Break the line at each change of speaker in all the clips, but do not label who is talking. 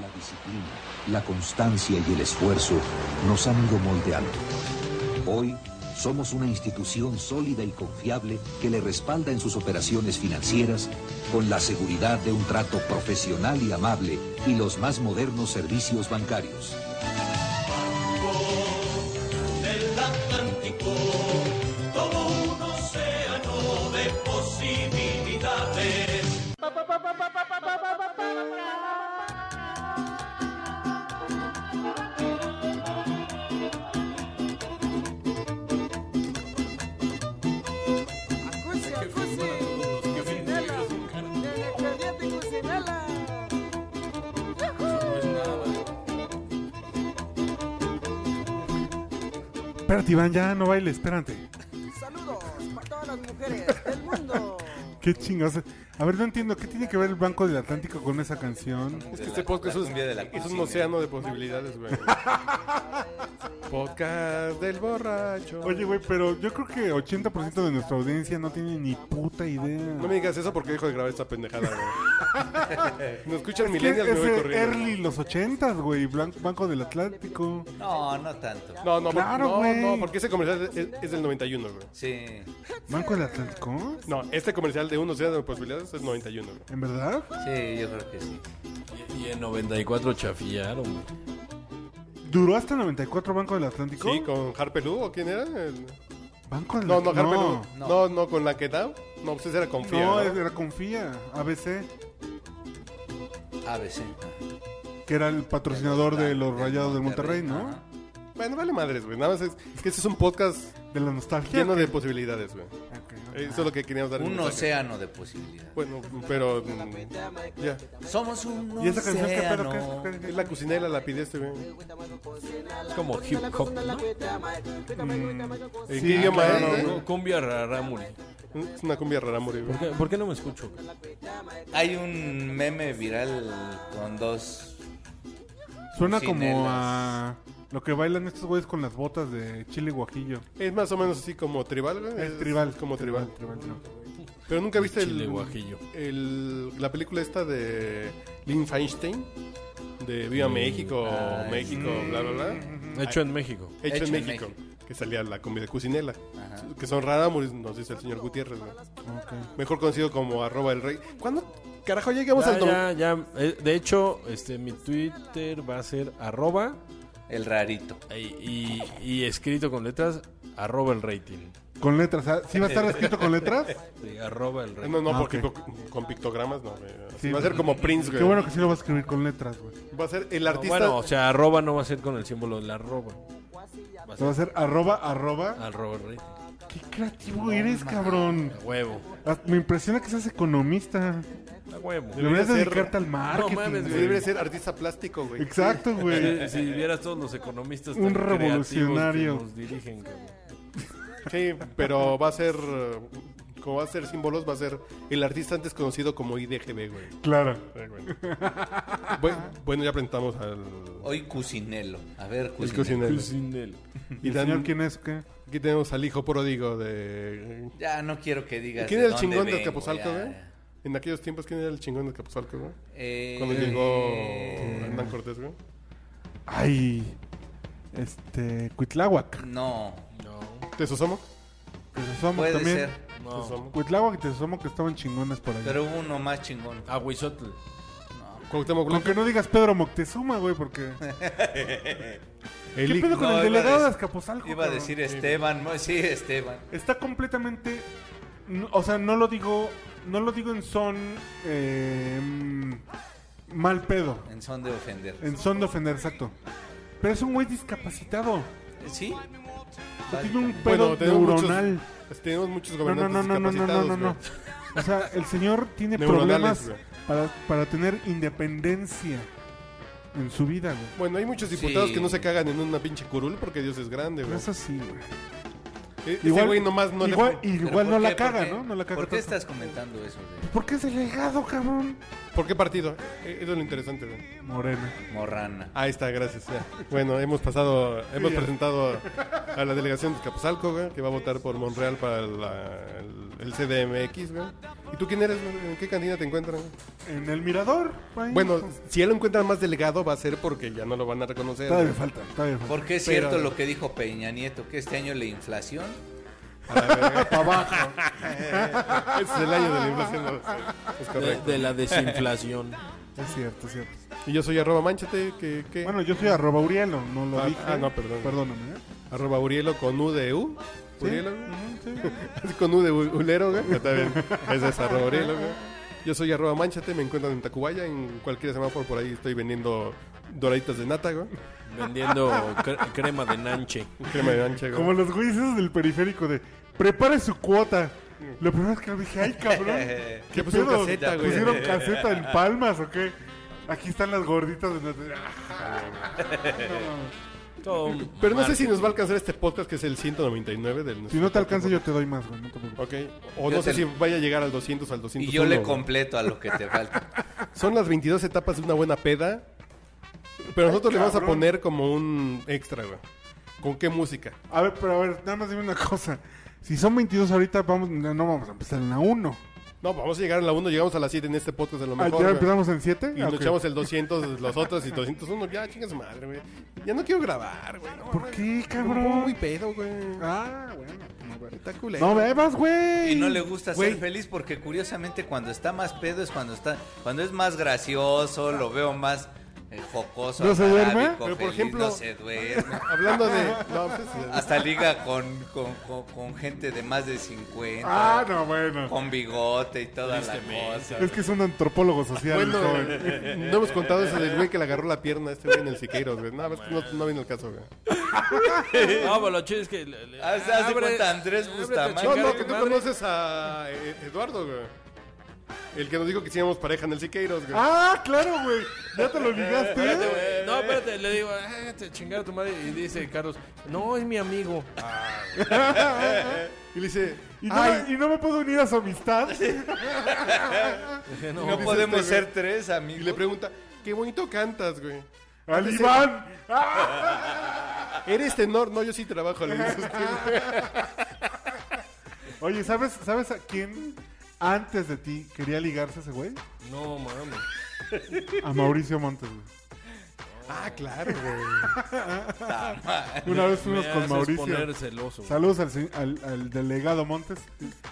La disciplina, la constancia y el esfuerzo nos han ido moldeando. Hoy somos una institución sólida y confiable que le respalda en sus operaciones financieras con la seguridad de un trato profesional y amable y los más modernos servicios bancarios.
del Atlántico, todo un océano de posibilidades.
Acusi, acusi. Cocinela. Desde caliente cocinela.
Espérate, Iván, ya no bailes, espérate.
Saludos para todas las mujeres del mundo.
Qué chingados. A ver, no entiendo, ¿qué tiene que ver el Banco del Atlántico con esa canción?
Es que este podcast es,
cumbia de la
es un
cocina.
océano de posibilidades, güey. podcast del borracho.
Oye, güey, pero yo creo que 80% de nuestra audiencia no tiene ni puta idea.
No me digas eso porque dejo de grabar esta pendejada, güey. Nos escuchan
Es que
millennials, me
es
voy
el
corriendo.
early los 80 güey, Blan- Banco del Atlántico.
No, no tanto.
No, no,
Claro,
no,
güey.
no, porque ese comercial es, es del 91, güey.
Sí,
¿Banco del Atlántico?
No, este comercial de un océano de posibilidades es 91, güey.
¿En verdad?
sí, yo creo que sí.
Y en 94 chafiaron.
¿Duró hasta 94 Banco del Atlántico?
Sí, con Harper Lou, ¿o quién era? El-
Banco del
No, no, Harper
No,
Lou. No, no, con la que da. No, pues ese era Confía.
no,
No,
era Confía, ABC,
ABC.
que era el patrocinador de los Rayados del Monterrey, ¿no?
Bueno, vale madres, güey. Nada más es que este es un podcast
De la nostalgia.
lleno de posibilidades, güey.
Ok, ok.
Eh, Eso es lo que queríamos dar. en el
Un
mensaje.
océano de posibilidades.
Bueno, pero.
La
mm,
pendeja me
Ya.
Somos un
¿Y esa canción qué pedo? ¿Qué
océano.
qué- qué-
Es la cocinera, la pide este, güey.
Es
como hip hop, ¿no?
¿En
Sí,
qué idioma
claro,
es,
¿no?
güey?
Cumbia rarámuri.
Es una cumbia rara, morir,
¿Por
güey.
qué, por qué no me escucho? güey?
Hay un meme viral con dos.
Suena
Cocinelas.
como a lo que bailan estos güeyes con las botas de chile guajillo.
Es más o menos así como tribal, güey.
Es tribal.
Como tribal.
Tribal, tribal.
Pero nunca viste
Chile
el,
guajillo.
el- la película esta de Lynn Feinstein. De Viva México,
ay.
México, bla, bla, bla.
Hecho en México.
Hecho, en, México, Que salía la cumbia de Cucinela.
Ajá.
Que son rarámuris, nos dice el señor Gutiérrez, güey.
Ok.
Mejor conocido como arroba el rey. ¿Cuándo carajo llegamos
Ya,
al don?
ya, ya. Eh, De hecho, este, mi Twitter va a ser arroba
El rarito.
y, y- y escrito con letras arroba el rating.
Con letras, ¿ah? ¿sí va a estar escrito con letras?
Sí, arroba el rating.
No, no,
Ah,
porque
ok.
po- con pictogramas no. güey.
Sí.
Va a ser como Prince, güey.
Qué bueno que sí lo vas a escribir con letras, güey.
Va a ser el
No,
artista.
Bueno, o sea, arroba no va a ser con el símbolo de la arroba. Va a
Se va a
ser
hacer arroba, arroba.
arroba el rating.
Qué creativo eres, cabrón.
A huevo.
Ah, Me impresiona que seas economista.
A huevo.
Deberías
ser-
dedicarte al marketing.
mames,
güey.
güey.
Debe ser artista plástico, güey.
Exacto, güey.
Si, si vieras todos los economistas tan
Un
creativos
revolucionario.
que nos dirigen, cabrón.
Sí, pero va a ser. eh, Como va a ser símbolos, va a ser el artista antes conocido como IDGB, güey.
Claro.
Eh, Bueno, Bueno, bueno, ya presentamos al.
Hoy Cucinelo. A ver,
al cocinero.
Cucinelo.
Cucinel.
¿Y
Y
el
dan-
señor quién es o qué?
Aquí tenemos al hijo pródigo de.
Ya no quiero que digas.
¿Quién
de
era el
dónde
chingón del
vengo,
Capozalco,
ya.
güey? En aquellos tiempos, ¿quién era el chingón del Capozalco, güey?
Eh,
Cuando llegó Hernán Cortés, güey.
Ay. Este. Cuitláhuac.
No,
No,
¿Tesosomo?
Tezosomo
puede
también.
ser.
no.
Cuitláhuac y Tezosomo que estaban chingones por ahí.
Pero hubo uno más chingón.
Ah,
Aguizotl.
Cuauhtémoc
Con
Blanco.
que no digas Pedro Moctezuma, güey, porque.
El
¿Qué
hijo-
pedo con
No,
el
iba
delegado
a
de
dec-
Azcapotzalco?
Iba a
cabrón?
decir Esteban. no, Sí, Esteban.
Está completamente. no, O sea, no lo digo. No lo digo en son. eh, mm, mal pedo.
En son de ofender.
En son de ofender, exacto. Pero es un güey discapacitado.
¿Sí?
O sea, tiene un
Bueno,
pedo
tenemos
neuronal.
muchos- tenemos muchos
No, no,
gobernantes
no, no, no, no, no,
discapacitados,
no, no.
güey.
O sea, el señor tiene
Neuronales,
problemas
güey.
para, para tener independencia en su vida, güey.
Bueno, hay muchos diputados
Sí.
que no se cagan en una pinche curul porque Dios es grande,
No
güey.
es así, güey.
E- Ese güey nomás no
igual,
le...
igual
¿Pero
no
por
la
qué?
caga,
¿Por qué?
¿no? No la caga
¿Por qué
tanto.
estás comentando eso? de-
Porque es delegado, cabrón.
¿Por qué partido? Eh, Eso es lo interesante, güey.
Morena.
Morrana.
Ahí está, gracias. ya. Bueno, hemos pasado, hemos presentado a- a la delegación de Capazalco, güey, que va a votar por Monreal para la- el, el CDMX, güey. ¿Y tú quién eres? güey? ¿En qué cantina te encuentran?
En el mirador. güey.
Bueno, si él lo encuentra más delegado, va a ser porque ya no lo van a reconocer.
todavía
güey.
falta, todavía falta.
Porque es
Pero-
cierto lo que dijo Peña Nieto, que este año la inflación.
Ese es el año de la inflación. ¿no? Sí, Es
De,
correcto.
de la desinflación.
Es cierto, es cierto.
Y yo soy arroba manchate, que... que-
Bueno, yo soy arroba Urielo, no lo
Ah,
dije.
ah, no, perdón.
Perdóname, ¿eh?
Arroba Urielo con U de U.
¿Sí?
Urielo, güey.
Ujú, sí.
Así con U de u- ulero, güey. Está bien. Ese es arroba Urielo, güey. Yo soy arroba manchate, me encuentran en Tacubaya, en cualquier semáforo por ahí estoy vendiendo doraditas de nata, güey.
vendiendo cre- crema de nanche.
Crema de ancha,
Como
güey.
los güeyes esos del periférico de prepare su cuota. Lo primero es que dije, ay cabrón.
Que pusieron
pedo?
caseta, güey.
¿Pusieron caseta en palmas o qué? Aquí están las gorditas de Ah, las-
Todo
Pero no sé si nos va a alcanzar este podcast, que es el 199 del...
Si no te alcanza, yo te doy más, güey. No te preocupes.
Ok. O
Yo
no sé
te-
si vaya a llegar al 200, al 200.
Y yo le completo a lo que te falta.
Son las 22 etapas de una buena peda. Pero nosotros le vamos a poner como un extra, güey. ¿Con qué música?
A ver, pero a ver, nada más dime una cosa. Si son 22 ahorita, vamos, no no vamos a empezar en la 1.
No, vamos a llegar a la 1, llegamos a la 7 en este podcast a lo
Ah,
mejor.
¿Ya
güey.
empezamos en 7?
Y nos echamos el 200, los otros y 201. Ya, chingas madre, güey. Ya no quiero grabar, güey. No,
¿Por
mames.
qué,
Me
cabrón?
pongo Muy pedo, güey.
Ah, bueno. no ve-
Está culero.
No bebas, güey.
Y no le gusta
Güey.
ser feliz porque curiosamente cuando está más pedo es cuando está cuando es más gracioso, lo veo más eh, jocoso.
¿No se duerme?
arábico,
Pero, por
feliz,
ejemplo-
no se duerme.
Hablando de. No, pues, sí.
Hasta liga con, con, con- con gente de más de 50.
Ah, no, bueno.
Con bigote y toda la cosa.
Es que es un antropólogo social.
Bueno,
joven.
no hemos contado eso del güey que le agarró la pierna a este güey en el Siqueiros, güey. No, es que no, no viene el caso, güey.
No, pero lo chido es que. le- le-
Ah, se hace
abre-
cuenta Andrés
ábrete a
Bustamante.
No,
chingar
no,
a
que tú
tu madre.
conoces a eh, Eduardo, güey. El que nos dijo que hiciéramos pareja en el Siqueiros, güey.
Ah, claro, güey. Ya te lo ligaste.
Espérate,
¿eh?
güey. No, espérate, le digo, "Ah, te chingar a tu madre. Y dice Carlos, no, es mi amigo.
Ah. Y le dice,
¿Y, no,
ay,
y no me puedo unir a su amistad.
Dije,
No,
no,
podemos
este,
ser tres
y
amigos.
le pregunta, qué bonito cantas, güey.
Al Iván. Ah,
¿Eres tenor? No, yo sí trabajo. le dice usted, güey.
Oye, ¿sabes, ¿sabes a quién antes de ti quería ligarse ese güey?
no, mames.
A Mauricio Montes, güey.
ah, claro, güey.
Una vez
Me
fuimos con
haces
Mauricio.
poner celoso. güey.
Saludos al, se- al, al delegado Montes.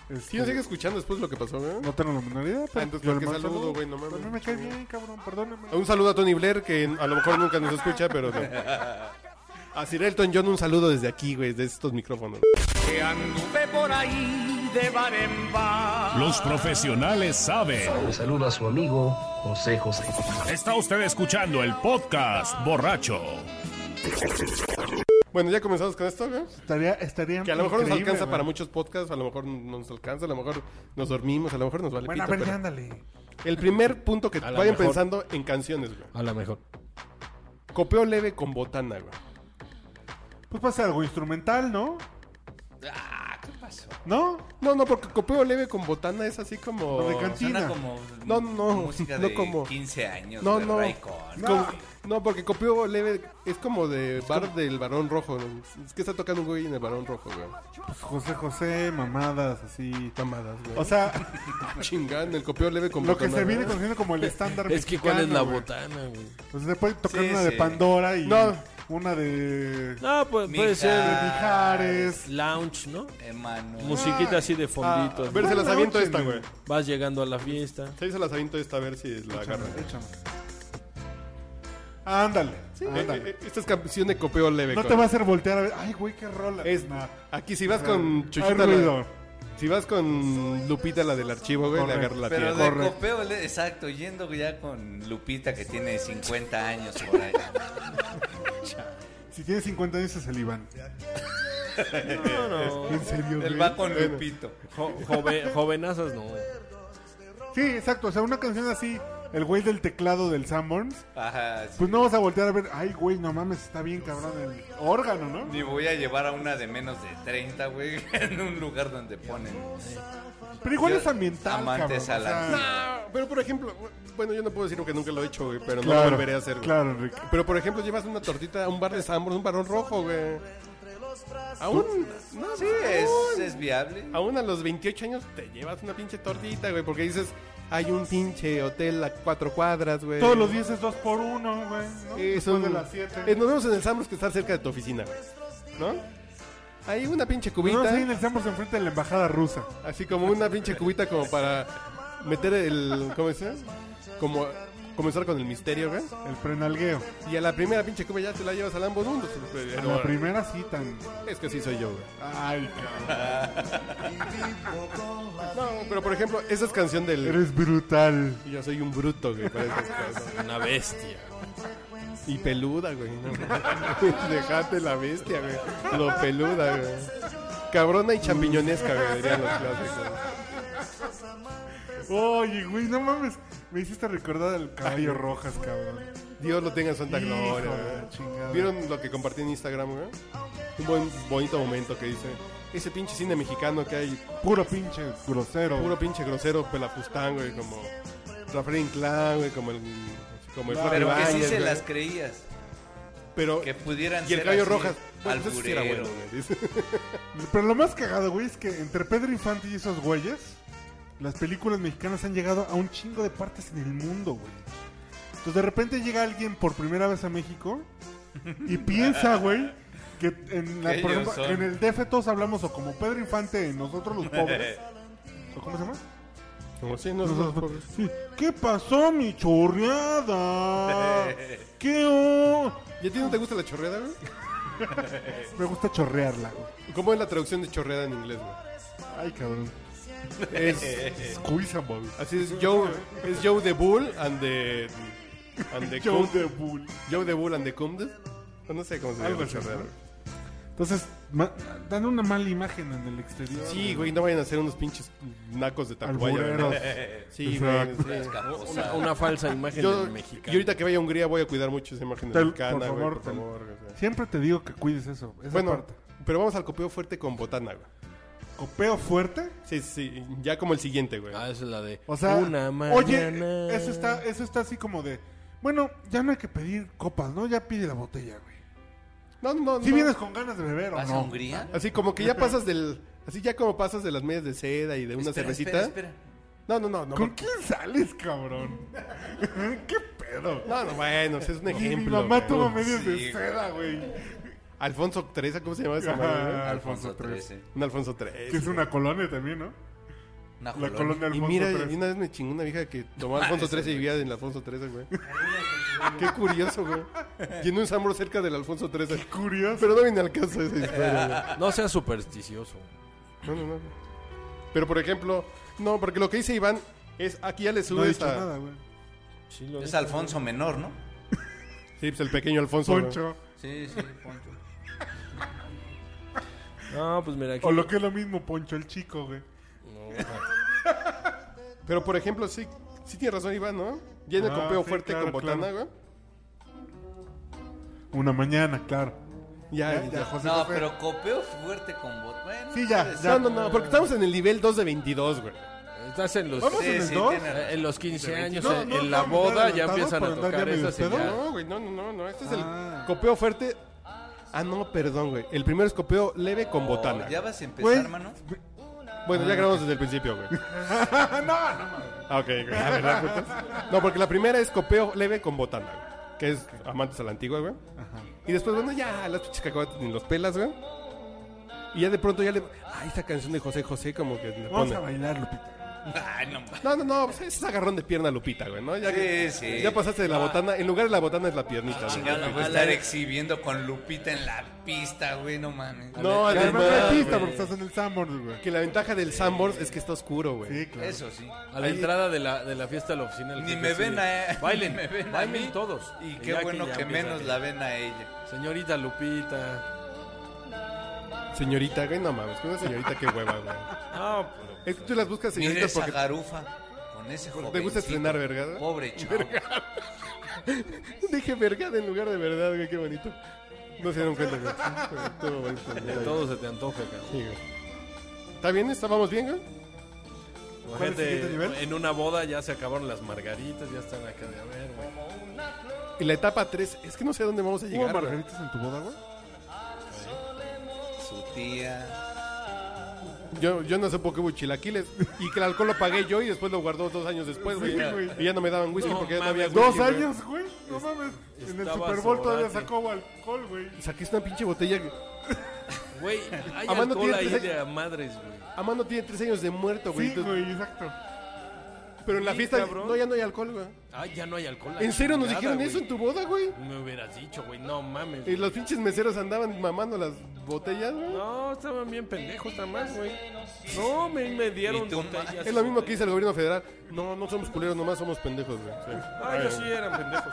Este,
Si no sigue escuchando después lo que pasó, güey.
No tengo la menor idea, pero
Ah, entonces,
yo le
¿por qué
mando saludos.
saludo, güey? No mames.
A mí me cae bien, cabrón, perdóname.
Un saludo a Tony Blair, que a lo mejor nunca nos escucha, pero no. A Sir Elton John un saludo desde aquí, güey, desde estos micrófonos.
Los profesionales saben.
Le saluda a su amigo José José.
Está usted escuchando el podcast borracho.
Bueno, ya comenzamos con esto, güey.
Estaría, estaría
Que a lo mejor nos
increíble,
alcanza para
güey.
muchos podcasts, a lo mejor no nos alcanza, a lo mejor nos dormimos, a lo mejor nos vale
Bueno, a
pito,
ver,
pero-
ya ándale.
El primer punto que
A lo
vayan
mejor.
pensando en canciones, güey.
A lo mejor.
Copeo leve con botana, güey.
Pues pasa algo instrumental, ¿no?
Ah, ¿qué pasó?
¿No?
No, no, porque copeo leve con botana es así como...
Lo de can- Tina.
Suena como
No, no,
música
no
de
como-
15 años
No,
de
no.
Raycon.
como- No, porque copeo leve es como de bar del varón rojo. güey. Es que está tocando un güey en el varón rojo, güey.
Pues José José, mamadas, así.
Mamadas, güey.
O sea,
Chingán, el copeo leve con
Ah, lo que se
botana,
viene
güey.
conociendo como el estándar
Es que,
mexicano,
¿cuál es la
güey.
botana, güey?
Pues se puede tocar
Sí,
una de
sí.
Pandora y
No.
una de...
No, pues puede
Mija.
ser
Mijares.
lounge, ¿no?
Hermano.
Musiquita así de
Ah,
fondito.
a ver, se las aviento esta, güey.
Vas llegando a la fiesta.
Sí, se las aviento esta, a ver si la agarran.
Échame. Ándale, ándale.
Eh, eh, Esta es canción de copeo leve.
No
güey.
te va a hacer voltear a ver. Ay, güey, qué rola.
Es-
Nah.
Aquí si vas con
Hay
Chuchita... la-
ruido.
Si vas con Lupita, la del archivo, güey, le
Correcto.
agarra la
Pero
tía.
de
Corre.
copeo, le- exacto, yendo ya con Lupita que tiene 50 años por ahí.
Si tienes 50 años es el Iván.
No,
En serio,
Él
güey.
va con Lupito.
Jo- jove- jovenazas, no.
Sí, exacto. O sea, una canción así, el güey del teclado del Sanborns.
Ajá, sí.
Pues no vas a voltear a ver. Ay, güey, no mames, está bien cabrón el órgano, ¿no?
Ni voy a llevar a una de menos de 30, güey, en un lugar donde ponen.
Pero igual
Yo-
es ambiental,
Amantes
cabrón,
a la-
o sea,
No, pero por ejemplo, bueno, yo no puedo decir que nunca lo he hecho, güey, pero no
Claro,
lo volveré a hacer. güey.
claro, Rick.
Pero por ejemplo, llevas una tortita a un bar de Sambor, un barón rojo, güey. Aún, no, sí,
Es, es viable.
Aún a los 28 años te llevas una pinche tortita, güey, porque dices, hay un pinche hotel a cuatro cuadras, güey.
Todos los días es dos por uno, güey. ¿no?
Eh,
Después
son-
de las siete.
eh, nos vemos en el Sambors que está cerca de tu oficina, güey. ¿No? Hay una pinche
No,
cubita,
sí, en el Sambors enfrente de la embajada rusa.
así como una pinche cubita como para meter el, ¿cómo se llama? Como comenzar con el misterio, güey.
El prenalgueo.
Y a la primera pinche cuba ya te la llevas al ambos mundos. güey.
A
Pero
la primera cita. en-
es que sí soy yo, güey.
Ay, cabrón.
No, pero por ejemplo, esa es canción del...
Eres brutal.
Yo soy un bruto, güey, para esas cosas.
Una bestia.
Y peluda, güey. no mames. Dejate la bestia, güey. Lo peluda, güey. Cabrona y champiñonesca, güey, dirían los clásicos.
Oye, güey, no mames. Me hiciste recordar al caballo rojas, cabrón.
Dios lo tenga en santa
Hijo
gloria,
de
güey.
chingada.
¿Vieron lo que compartí en Instagram, güey? Un buen, bonito momento que dice... Ese pinche cine mexicano que hay,
Puro pinche grosero.
puro pinche grosero, pelafustán, güey, como... Rafael Inclán, güey, como el... Como el Flaco
Pero que sí
Ibáñez,
se
Ah, güey.
las creías.
Pero...
Que pudieran
Y el
ser
gallo
así,
rojas. pues, Bueno, eso sí era
alburero.
bueno, güey, dice.
Pero lo más cagado, güey, es que entre Pedro Infante y esos güeyes, las películas mexicanas han llegado a un chingo de partes en el mundo, güey. Entonces de repente llega alguien por primera vez a México y piensa, güey, que en, la-
Que
por
ellos
ejemplo,
son.
en el DF todos hablamos o como Pedro Infante, nosotros los pobres. ¿O cómo se llama?
Como si nosotros... pobres.
Sí. ¿Qué pasó, mi chorreada? ¿Qué o-
¿Y a ti no te gusta la chorreada, güey?
Me gusta chorrearla, güey.
¿Cómo es la traducción de chorreada en inglés, güey?
Ay, cabrón.
Es,
Squeezable.
así es Joe, es Joe the Bull and the and the
Joe
Cum-
de Bull.
Joe the Bull and the Cumde. No, no sé cómo se
Algo
llama.
así,
chorreada.
¿no? Entonces, ma- dan una mala imagen en el exterior.
Sí, güey, no vayan a hacer unos pinches nacos de Tacubaya.
Albureros.
güey. Sí, güey.
Exacto.
sí.
Una, una falsa imagen
Yo,
del
y
mexicano.
ahorita que vaya a Hungría voy a cuidar mucho esa imagen
Te-
mexicana,
por
güey,
favor,
por
te-
favor. o sea.
Siempre te digo que cuides eso. Esa
Bueno,
parte.
pero vamos al copio fuerte con botana, güey.
Copeo fuerte.
Sí, sí, ya como el siguiente, güey.
Ah, esa es la de.
O sea,
una mañana.
oye, eso está, eso está así como de. Bueno, ya no hay que pedir copas, ¿no? Ya pide la botella, güey.
No, no, no.
Si vienes con ganas de beber o
¿Vas a
no.
Hungría?
Así como que ya pasas del así ya como pasas de las medias de seda y de una
Espera,
cervecita.
espera, espera.
No, no, no, no.
¿Con quién sales, cabrón? ¿Qué pedo?
No, no, bueno, ese es un
Mi
ejemplo.
mamá
güey.
toma medias de
Sí,
seda, güey.
Alfonso Teresa, ¿cómo se llama ese
Ajá.
madre?
Alfonso
Alfonso XIII.
XIII.
Un Alfonso
Que es
Teresa.
una colonia también, ¿no?
Una
La
jolonia.
colonia
Y
Alfonso
mira,
III.
y una vez me chingó una vieja que tomaba
Ah,
Alfonso Teresa y vivía en el Alfonso Teresa, güey. Qué curioso, güey. Y en un sambor cerca del Alfonso Teresa.
Curioso.
Pero no viene al caso esa historia,
No seas supersticioso.
güey. No, no, no. Pero por ejemplo, no, porque lo que dice Iván es aquí ya le
No he
subes
dicho
a-
nada, güey.
Sí, lo
Es Alfonso menor, ¿no?
Sí, pues el pequeño Alfonso. güey.
Poncho.
Sí, sí, Poncho.
No, pues mira aquí.
O lo que es lo mismo, Poncho el chico, güey.
Pero por ejemplo, sí, sí tiene razón Iván, ¿no? Ya en el
Ah,
copeo
sí,
fuerte
claro,
con botana,
claro.
güey.
Una mañana, claro.
Ya, ya,
José
No,
José.
pero copeo fuerte con bot. Bueno,
Sí, ya,
puede
ya.
ser.
No, no, no, porque estamos en el nivel 2 de 22, güey.
Estás en los,
Vamos
Sí,
en el
sí,
dos.
tiene razón.
en los 15 años.
No,
en,
no,
en la
no, no,
boda ya
adelantado
empiezan
para
a
andar
tocar
ya medio
esas
pedo,
señales.
No, güey, no, no, no, no. Este es
Ah.
el copeo fuerte. Ah, no, perdón, güey. El primero es copeo leve con botana.
Ya vas a empezar,
Güey,
mano.
Bueno, ya grabamos desde el principio, güey. no, no, Ah, ok, güey. Ah, ¿verdad, putos? No, porque la primera es copeo leve con botana, güey, Que es amantes a la antigua, güey. Y después, bueno, ya las pinches cacahuates ni los pelas, güey. Y ya de pronto ya le. Ah, esta canción de José José, como que le
Vamos
pone.
a bailar, Lupita.
Ay, no mames.
No, no, no, pues ese es agarrón de pierna Lupita, güey, ¿no? Ya,
Sí,
que-
sí. Ah,
ya pasaste de la botana, en lugar de la botana es la piernita. güey.
Chingado, me voy a estar exhibiendo con Lupita en la pista, güey, no mames.
No,
Y además no
además,
hay pista porque estás en el Sanborns, güey.
que la ventaja del Sanborns es que está oscuro, güey.
Sí, claro.
Eso sí.
A la entrada de la, de la fiesta de la oficina. el
Ni
jefe
me
así
ven
de,
a- ni
Bailen,
me ven a
bailen
mí.
todos.
Y
ya
qué bueno
ya
que
empieza
menos
que-
la ven a ella.
Señorita Lupita.
Señorita, güey, no mames, que una señorita que hueva, güey.
No, pues, pero-
Es que tú las buscas
Mira
señoritas
esa Oh.
porque
garufa con ese joven.
te gusta estrenar vergada.
Pobre chavo.
Dije vergada en lugar de verdad, güey, qué bonito. No se dieron cuenta, güey. Estuvo bonito, güey.
todo se te antoja, cabrón.
Sí, güey. ¿Está bien? ¿Estábamos bien, güey?
¿Cuál es el
Imagínate,
siguiente nivel?
en una boda ya se acabaron las margaritas, ya están acá de a ver, güey.
Y la etapa 3, es que no sé a dónde vamos a
¿Hubo
llegar. güey.
margaritas en tu boda, güey?
Su tía.
Yo, yo no sé por qué hubo chilaquiles. Y que el alcohol lo pagué yo y después lo guardó dos años después, güey.
güey.
y ya no me daban whisky
No
porque ya no
mames,
había
güey.
whisky.
Dos
güey.
años, güey. No mames. En el
estaba
Super Bowl todavía
sobrante.
sacó alcohol, güey.
Saqué una pinche botella. que-
Güey, hay
Amando
alcohol
Ah, tiene
ahí
tres-
de a madres, güey.
Amando tiene tres años de muerto, güey.
Sí,
Entonces-
güey, exacto.
Pero en la
Sí,
fiesta
cabrón.
no, ya no hay alcohol, güey.
Ah, ya no hay alcohol. la
¿En serio nos
chingada,
dijeron
güey.
eso en tu boda, güey?
Me hubieras dicho, güey, no mames.
Y
güey.
los pinches meseros andaban mamando las botellas, güey.
No, estaban bien pendejos, nada más, güey. No, me, me dieron
Y tú,
botellas.
Es lo mismo que dice el gobierno federal. No, no somos culeros nomás, somos pendejos, güey. Sí.
Ah, ellos sí eran pendejos.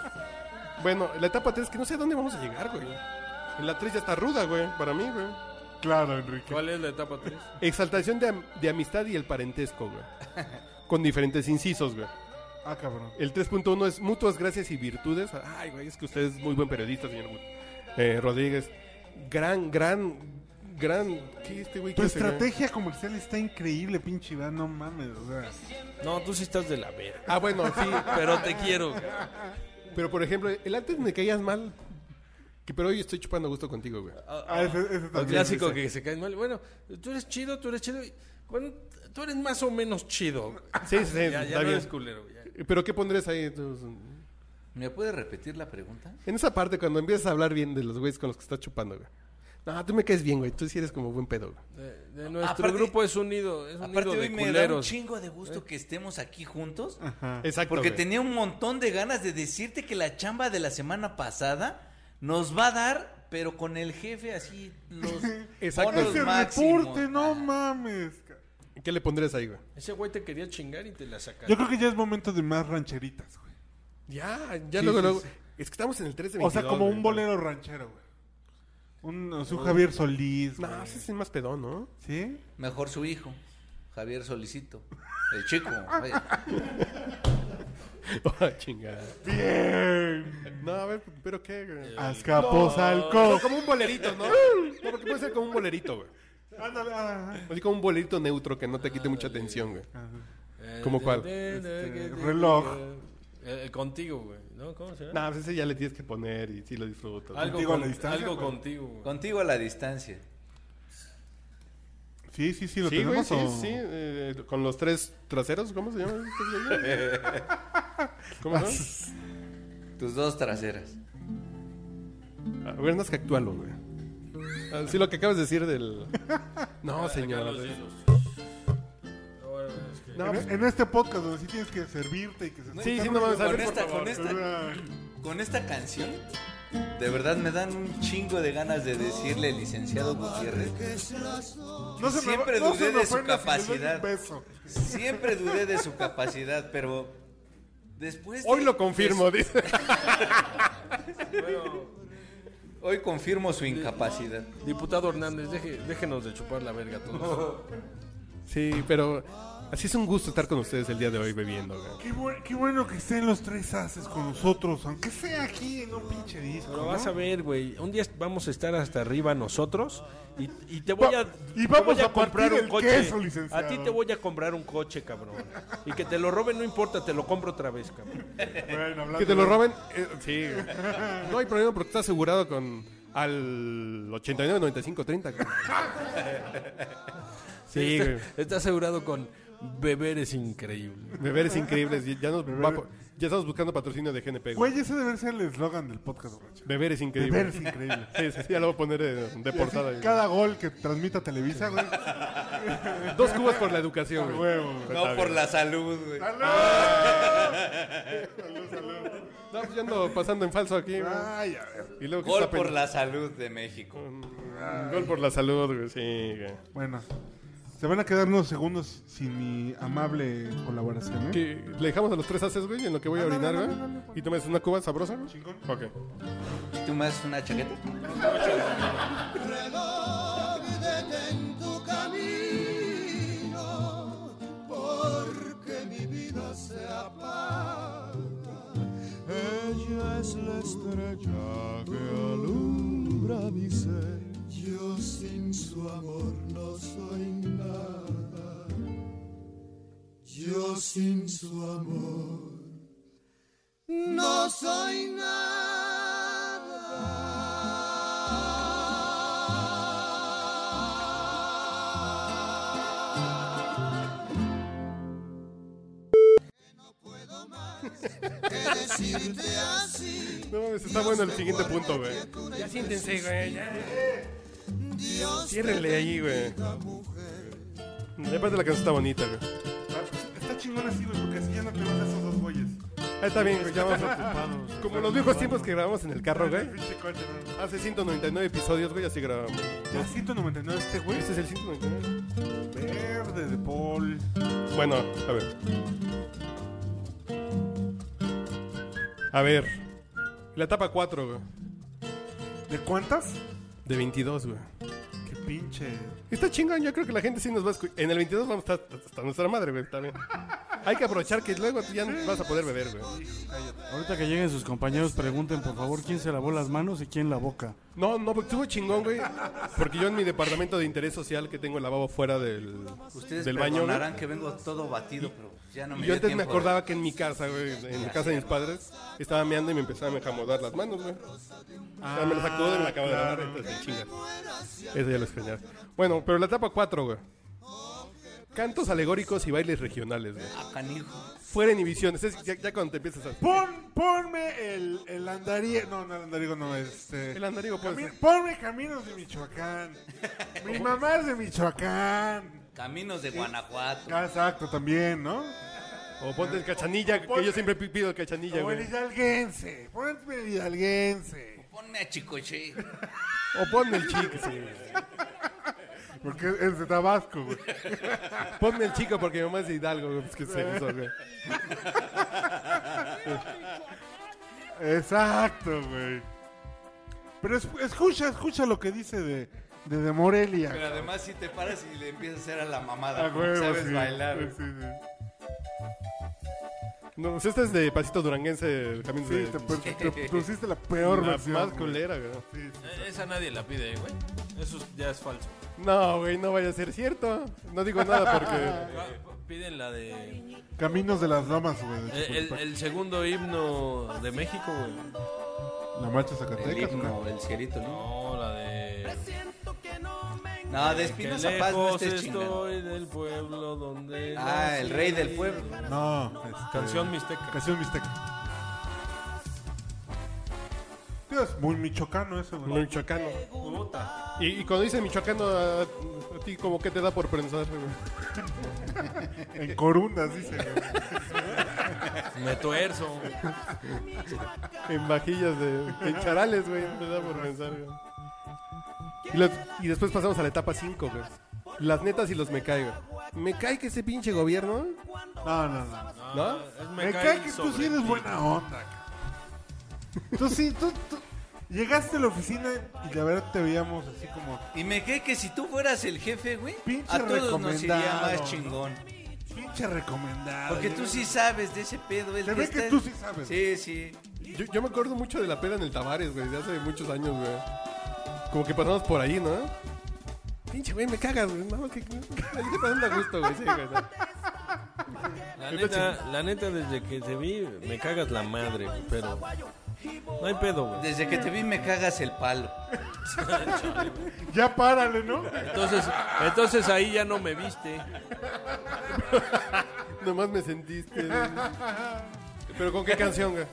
Bueno, la etapa 3 que no sé a dónde vamos a llegar, güey. En la 3 ya está ruda, güey, para mí, güey.
Claro, Enrique.
¿Cuál es la etapa 3?
Exaltación de, am- de amistad y el parentesco, güey. Con diferentes incisos, güey.
Ah, cabrón.
El 3.1 es mutuas gracias y virtudes. Ay, güey, es que usted es muy buen periodista, señor Wood. Eh, Rodríguez. Gran, gran, gran... ¿Qué este güey?
Tu
qué hace, güey?
estrategia comercial está increíble, pinche Iván. No mames, o sea.
No, tú sí estás de la verga.
Ah, bueno, sí.
Pero te quiero. güey.
Pero, por ejemplo, el antes me caías mal. Que, pero hoy estoy chupando a gusto contigo, güey.
Ah, ese, ese
Lo
también,
clásico
ese.
que se caen mal. Bueno, tú eres chido, tú eres chido. y- Bueno, tú eres más o menos chido.
Sí, sí, sí,
Ya,
está
ya no
bien.
eres culero. ya.
Eh, Pero, ¿qué pondrías ahí? Tus-
¿Me puedes repetir la pregunta?
En esa parte, cuando empiezas a hablar bien de los güeyes con los que estás chupando, güey. No, tú me caes bien, güey. Tú sí eres como buen pedo, güey.
De, de nuestro
Aparte-
grupo es unido. Es unido
Aparte hoy
de
me da un
culeros.
chingo de gusto que estemos aquí juntos.
Exacto,
Porque
güey.
tenía un montón de ganas de decirte que la chamba de la semana pasada nos va a dar, pero con el jefe así los
Exacto.
bonos
Ese
máximos. Ah,
reporte, no mames. ca-
¿Qué le pondrías ahí, güey?
Ese güey te quería chingar y te la sacaste.
Yo creo que ya es momento de más rancheritas, güey.
Ya, ya
Sí,
luego,
sí,
luego.
sí.
Es que estamos en el 3 de
O sea,
22,
como
güey.
un bolero ranchero, güey. Un, o sea, un Javier Solís, güey.
No, ese es el más pedón, ¿no?
¿Sí?
Mejor su hijo, Javier Solicito. El chico. oye.
Ah,
Oh, chingada.
Bien.
No, a ver, pero qué,
Eh,
güey. Ah,
Azcapotzalco.
No, como un bolerito, ¿no? No, porque puede ser como un bolerito, güey.
Ándale, ah,
Así como un bolerito neutro que no te
Ah,
quite mucha atención, güey. ¿Cómo cuál?
reloj.
Eh, eh, contigo, güey. ¿No? ¿Cómo se llama?
No, pues ese ya le tienes que poner y sí lo disfruto.
Algo,
Contigo a la
con-
distancia,
algo
güey.
contigo, güey.
Contigo a la distancia.
Sí, sí, sí, lo
Sí, güey,
tenemos.
sí,
o-
sí. eh, con los tres traseros, ¿cómo se llama? este ¿Cómo no?
Tus dos traseras. Ah.
A ver, no es que actualo, güey. Ah, Sí, lo que acabas de decir del...
Ah,
No, señor. No,
En,
pues-
en este podcast donde sí tienes que servirte y que se...
Sí, sí, no vamos a
Con
ver.
esta, con esta,
Ah,
con esta canción, de verdad me dan un chingo de ganas de decirle, licenciado Gutiérrez.
No se
Siempre
me, va- no
dudé
se me
de
ofenda si
su
le doy un
capacidad.
beso.
Siempre dudé de su capacidad, pero después. de-
Hoy lo confirmo,
de
dice.
su- hoy confirmo su incapacidad.
Diputado Hernández, deje- déjenos de chupar la verga a todos.
Sí, pero así es un gusto estar con ustedes el día de hoy bebiendo, güey.
Qué, buen- qué bueno que estén los tres haces con nosotros, aunque sea aquí en un pinche disco.
Pero
¿no?
vas a ver, güey. Un día vamos a estar hasta arriba nosotros y, y te voy a.
Va- y
te
vamos
voy
a partir el queso, licenciado.
a ti te voy a comprar un coche, cabrón. Y que te lo roben, no importa, te lo compro otra vez, cabrón.
Bueno, hablando
Que te lo
de-
roben, eh, sí. güey. No hay problema porque está asegurado con al 89, 95, 30. güey. Sí, güey.
está, está asegurado con beber es increíble.
Beberes increíbles. Ya, nos va por- ya estamos buscando patrocinio de GNP. Güey.
Güey, ese debe ser el eslogan del podcast, borracho.
Beberes increíbles.
Beber es increíble.
Sí, sí, sí, ya lo voy a poner eh, de,
Y
portada.
así,
güey.
cada gol que transmita Televisa, güey.
Dos cubas por la educación, güey.
Ah, Huevo, güey.
No por la salud, güey.
No, pues yo ando pasando en falso aquí. güey.
Ay, a ver.
Y luego que
Gol
está pen-
por la salud de México.
Gol por la salud, güey. Sí, güey.
Bueno, se van a quedar unos segundos sin mi amable colaboración, ¿eh?
Que le dejamos a los tres haces, güey, en lo que voy a orinar, güey. Y tomas una cuba sabrosa, güey. Ok.
¿Y tú más una chaqueta?
Yo sin su amor no soy nada. No puedo más que decirte así.
No mames, está bueno el siguiente punto, güey.
Ya siéntense, güey.
Dios
Ciérrenle ahí, güey. Y Aparte la canción está bonita, güey.
Ah, pues, Está chingón así, güey, porque así ya no te vas a esos dos güeyes.
Ahí está bien, güey. ya vamos a- Como los viejos tiempos que grabamos en el carro, güey.
El pinche coche, ¿no?
Hace 199 episodios, güey, así grabamos.
Ya 199 este güey.
Este es el 199.
Verde de Paul.
Bueno, a ver. A ver. La etapa 4, güey.
¿De cuántas?
De 22, güey.
Qué pinche.
Está chingón, yo creo que la gente sí nos va a escuchar. En el 22 vamos a estar hasta nuestra madre, güey, también. Hay que aprovechar que luego tú ya no vas a poder beber, güey.
Ahorita que lleguen sus compañeros, pregunten por favor quién se lavó las manos y quién la boca.
No, no, porque estuvo chingón, güey. Porque yo en mi departamento de interés social que tengo el lavabo fuera del,
Ustedes
del baño, güey.
perdonarán que vengo todo batido, pero ya no me
Y Yo
dio
antes me
tiempo de-
acordaba que en mi casa, güey, en la casa de mis padres, estaba meando y me empezaba a acomodar las manos, güey. O sea, me las sacudo y
Ah,
me la acabo de dar, entonces chingas. Eso ya lo extrañaba. Bueno, pero la etapa 4, güey. Cantos alegóricos y bailes regionales, güey.
Ah, canijo.
Fuera en inhibiciones, es ya, ya cuando te empiezas a...
Pon, ponme el, el andariego. No, no, el andariego no, este.
El pues, andariego puede
Cami-
ser.
ponme caminos de Michoacán. Mi mamá es de Michoacán.
Caminos de Guanajuato.
Ah, Exacto, también, ¿no?
O ponte el cachanilla, que yo siempre pi- pido el cachanilla,
O el
güey.
hidalguense. Ponme el hidalguense.
Ponme a Chicoche.
O ponme el chico, sí, güey.
Porque es de Tabasco, güey.
Ponme el chico porque mi mamá es de Hidalgo, güey. Pues que se eso, güey.
Exacto, güey. Pero es- escucha, escucha lo que dice de, de, de Morelia.
Pero además si te paras y le empiezas a hacer a la mamada,
Ah,
como que
huevo,
sabes
sí.
bailar. güey.
Sí, sí.
No, pues esta es de Pasito Duranguense, el camino
Sí,
de...
te, per- te pusiste la peor
la
versión.
más
güey.
culera, güey.
Sí, sí.
Esa nadie la pide, güey. Eso ya es falso.
No, güey, no vaya a ser cierto. No digo nada porque.
Ah, Piden la de.
Caminos de las Lomas, güey. de
El, Eh, el-
Chapultepec.
el segundo himno de México, güey.
La marcha
El
Zacatecas. ¿no?
himno, el cielito, ¿no?
No, la de.
No, de
Que
Espinosa Paz no
lejos
estés chingando.
estoy del pueblo donde.
Ah, el
nací.
rey del pueblo.
No, este,
Canción mixteca.
Canción Mixteca. Tío, es muy michoacano eso, güey.
Michoacano. Y, y cuando dice Michoacano, a, a ti, como que te da por pensar, güey.
En corundas, dice. güey.
Me tuerzo.
En vajillas de. En charales, güey. Te da por pensar, güey. Y, los- y después pasamos a la etapa 5, güey. Las netas y los me caigo. Me cae que ese pinche gobierno.
No, no, no.
¿No?
Es
Me cae que tú sí eres buena onda. cabrón. Tú sí, tú, tú- Llegaste a la oficina y la verdad te veíamos así como...
Y me cae que si tú fueras el jefe, güey,
Pinche
a todos nos iría
recomendado,
más
¿no?
chingón.
Pinche recomendado.
Porque tú sí sabes de ese pedo. El
Se ve que
está-
tú sí sabes.
Sí, sí.
Yo, yo me acuerdo mucho de la peda en el Tavares, güey, de hace muchos años, güey. Como que pasamos por ahí, ¿no? Pinche, güey, me cagas, güey. No, que. que- Ahí te pasando a gusto, güey. Sí, güey. no.
La neta, la neta, desde que te vi, me cagas la madre, güey, pero. No hay pedo, güey.
Desde que te vi me cagas el palo.
Ya párale, ¿no?
Entonces, entonces ahí ya no me viste.
Nomás me sentiste. güey. Pero con qué canción, güey.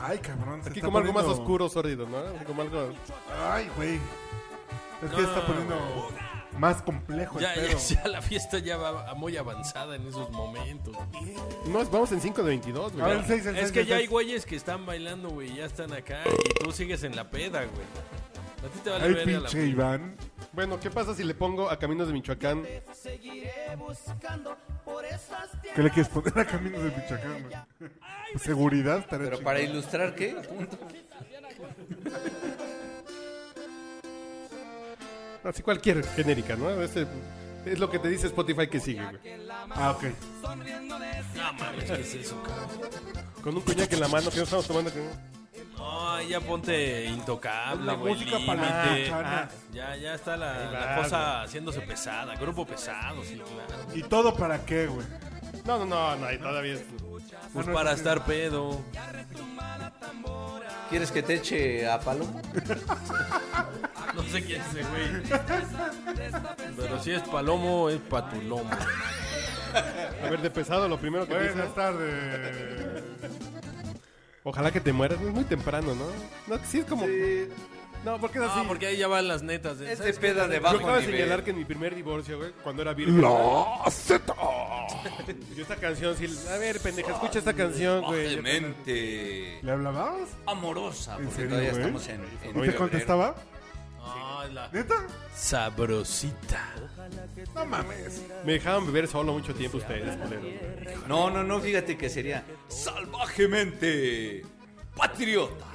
Ay, cabrón. se
Aquí
está
como algo más
poniendo-
oscuro, sórdido, ¿no? Así Como algo.
Ay, güey. Es que está poniendo más complejo el
Ya,
pedo.
ya, ya la fiesta ya va a- muy avanzada en esos momentos.
No, es- vamos en 5 de 22,
A ver,
güey.
el seis, el
Es
seis,
que
el
ya hay
seis.
güeyes que están bailando, güey, ya están acá y tú sigues en la peda, güey. A ti te vale
Ay,
verga la
pinche Iván.
Bueno, ¿qué pasa si le pongo a Caminos de Michoacán?
¿Qué le quieres poner a Caminos de Michoacán, güey? Seguridad estará
Pero
chingón.
para ilustrar, ¿qué? Punto.
Así cualquier genérica, ¿no? Ese- es lo que te dice Spotify que sigue, güey.
Ah, ok.
No mames, ¿qué es eso, cabrón?
Con un coñac en la mano que no estamos tomando. que no.
No, No, ahí ya ponte intocable,
La
güey.
música
límite.
para-
Ah, ya, ya está la,
Ahí
la
vas,
cosa haciéndose pesada, grupo pesado, sí, claro.
¿Y todo para qué, güey?
No, no, no, no, y todavía es...
Pues para estar pedo.
¿Quieres que te eche a palo?
Pues, No sé quién es ese güey. Pero si es palomo, es patulomo.
A ver, de pesado, lo primero que te dice.
Buenas tardes.
Ojalá que te mueras, es muy temprano, ¿no? No, sí es como... No, porque es así.
No, Ah, porque ahí ya van las netas. de-
Es de
¿sabes qué?
peda Este de
Yo
bajo
acabo de
nivel.
señalar que en mi primer divorcio, güey, cuando era virgen... ¡No! Yo esta canción sí... A ver, pendeja, escucha esta canción, güey. Yo también-
Demente.
¿Le hablabas?
Amorosa, porque
serio,
todavía
güey?
estamos en. en
¿Y te
febrero.
contestaba?
No, es la
¿Neta?
sabrosita.
No mames.
Me dejaban beber solo mucho tiempo ustedes, culero.
No, no, no, fíjate que sería salvajemente patriota.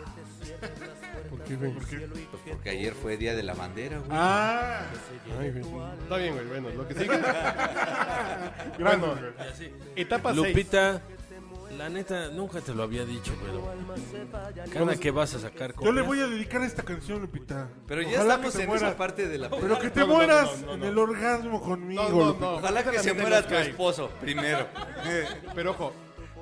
Pues porque ayer fue día de la bandera, güey.
Ah,
Ay, güey. Está bien, güey, bueno, lo que sigue...
grande. güey.
Y así.
Etapa 6.
Lupita, la neta, nunca te lo había dicho, pero. Cada que vas a sacar
Yo
copias,
le voy a dedicar esta canción, Lupita.
Pero ya
Ojalá
estamos
que te
en
mueras.
esa parte de la
Pero que te
No, no, no,
mueras
no, no,
en
no.
el orgasmo conmigo,
No, no,
Lupita.
no.
Ojalá que se
También
muera
nos
tu
cae.
esposo primero.
Pero ojo,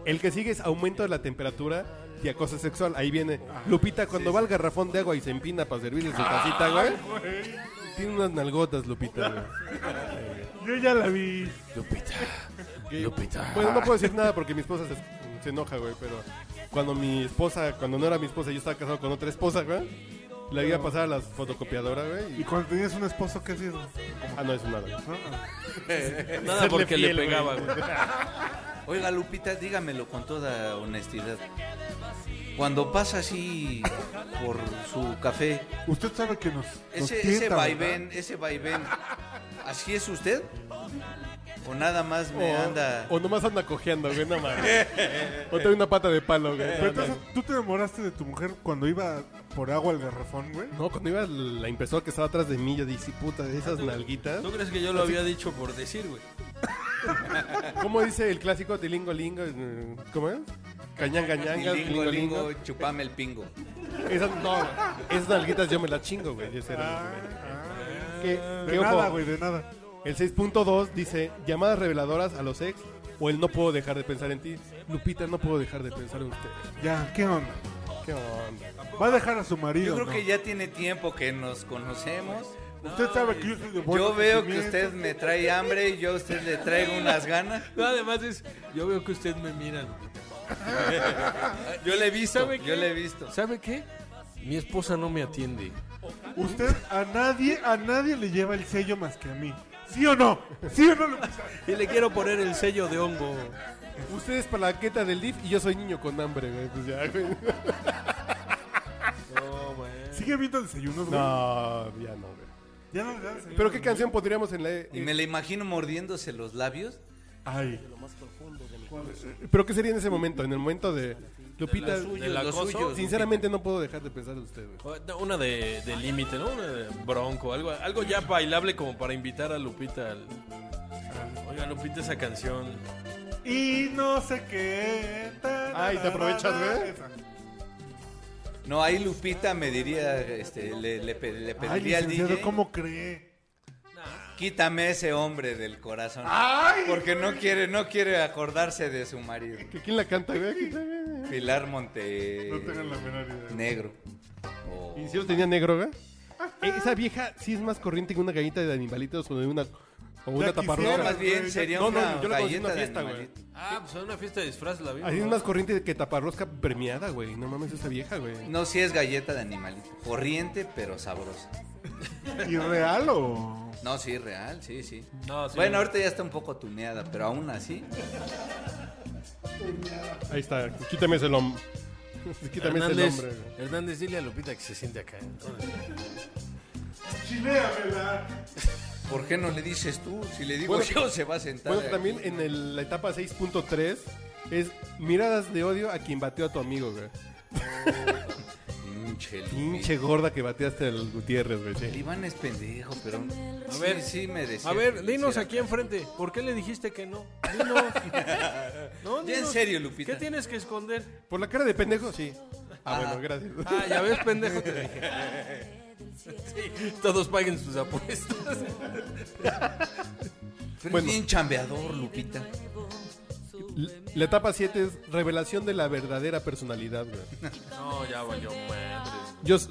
el que sigue es aumento de la temperatura y acoso sexual. Ahí viene
Ah,
Lupita cuando va al garrafón de agua y se empina para servirle su tacita, güey. Tiene unas nalgotas, Lupita, güey.
Yo ya la vi.
Lupita. Lupita.
Bueno, Pues no puedo decir nada porque mi esposa se, se enoja, güey, pero cuando mi esposa, cuando no era mi esposa, yo estaba casado con otra esposa, güey. La iba a pasar a la fotocopiadora, güey.
Y
y-
cuando tenías un esposo, ¿qué hacías?
Ah, no, es nada. güey.
Nada porque
fiel,
le pegaba,
güey.
güey.
Oiga, Lupita, dígamelo con toda honestidad. Cuando pasa así por su café,
Usted sabe que nos. nos
ese, ese
tienta,
vaivén, ese vaivén, ¿así es usted? ¿O nada más me anda?
O nomás anda cojeando, güey, no mames. O trae una pata de palo, güey.
Pero entonces, ¿tú te enamoraste de tu mujer cuando iba por agua al garrafón, güey?
No, cuando iba la impresora que estaba atrás de mí, yo dije, puta, de esas nalguitas.
¿Tú crees que yo lo había dicho por decir, güey?
¿Cómo dice el clásico tilingo lingo? Eh, ¿Cómo es? Cañanga, ñanga,
Lingo,
tilingo lingo.
lingo, chupame el pingo.
Esas, no, güey. esas nalguitas yo me las chingo, güey. Ese era mi comentario. que,
Ah, De
que ojo,
nada, güey, de nada.
el 6.2 dice, llamadas reveladoras a los ex o el no puedo dejar de pensar en ti. Lupita, no puedo dejar de pensar en usted.
Ya, ¿qué onda?
¿Qué onda?
Va a dejar a su marido.
Yo creo
¿no?
que ya tiene tiempo que nos conocemos.
Usted sabe que yo soy de buen
Yo veo que usted
nacimiento.
me trae hambre y yo a usted le traigo unas ganas.
No, además es. Yo veo que usted me mira, Lupita.
Yo le he visto,
¿Sabe qué?
yo le he visto.
¿Sabe qué? Mi esposa no me atiende.
Usted a nadie, a nadie le lleva el sello más que a mí. ¿Sí o no? ¿Sí o no? Lupita?
Y le quiero poner el sello de hongo.
Usted es palaqueta del DIF y yo soy niño con hambre, güey. Pues ya, güey.
No, güey.
Sigue habiendo desayunos, güey.
No, ya no, güey.
Ya no le dan desayunos.
Pero ¿qué canción pondríamos en la... eh,
Y me la imagino mordiéndose los labios.
Ay.
¿Pero qué sería en ese momento? En el momento de... Lupita,
suyos,
del
los
acoso,
suyos.
Sinceramente no puedo dejar de pensar en usted, güey.
Una de, de límite, ¿no? Una de bronco, algo, algo ya bailable como para invitar a Lupita. al- Oiga, Lupita, esa canción.
Y no sé qué. ta,
Ay, ¿te aprovechas, güey?
Esa.
No, ahí Lupita me diría, este, le, le pe- le
Ay,
pediría al
licenciado,
DJ,
¿cómo cree?
quítame ese hombre del corazón. Porque no quiere, no quiere acordarse de su marido.
¿Que ¿Quién la canta, güey?
Pilar Monte
No tengan la menor idea.
Negro. O-
¿Y si lo tenía negro, güey? Eh, Esa vieja sí es más corriente que una galleta de animalitos o de una, o una
Ya
taparroja.
No,
quisiera,
más bien sería
No, no,
una
yo la conocí en una
galleta de
fiesta, güey.
animalito.
Ah, pues en una fiesta de disfraz la vimos.
Así es más corriente que taparrosca premiada, güey. No mames esa vieja, güey.
No, sí es galleta de animalito. Corriente, pero sabrosa.
¿Irreal o.?
No, sí, real, sí, sí.
No, sí.
Bueno, ahorita ya está un poco tuneada, pero aún así.
Ahí está. Quítame ese lom. Quítame
Hernández,
ese nombre, güey.
Hernández, dile a Lupita que se siente acá.
Chileamela.
¿Por qué no le dices tú? Si le digo
Bueno,
yo, se va a sentar.
Bueno,
aquí.
también en el- la etapa 6.3 es miradas de odio a quien bateó a tu amigo, güey.
Pinche Lupita.
Pinche gorda que bateaste al Gutiérrez, güey.
El
sí.
Iván es pendejo, pero. A
ver,
sí, sí merecía
A
que
ver,
le
dinos
hiciera
aquí enfrente. ¿Por qué le dijiste que no? Dinos. No,
Ya en
dinos.
serio, Lupita.
¿Qué tienes que esconder?
Por la cara de pendejo, sí. Ah, bueno, gracias.
Ah, ya ves, pendejo, te dije. Todos paguen sus apuestas.
Pero
Bueno.
es bien chambeador, Lupita.
L- La etapa 7 es revelación de la verdadera personalidad, güey.
No, ya valió madre.
Yo, s-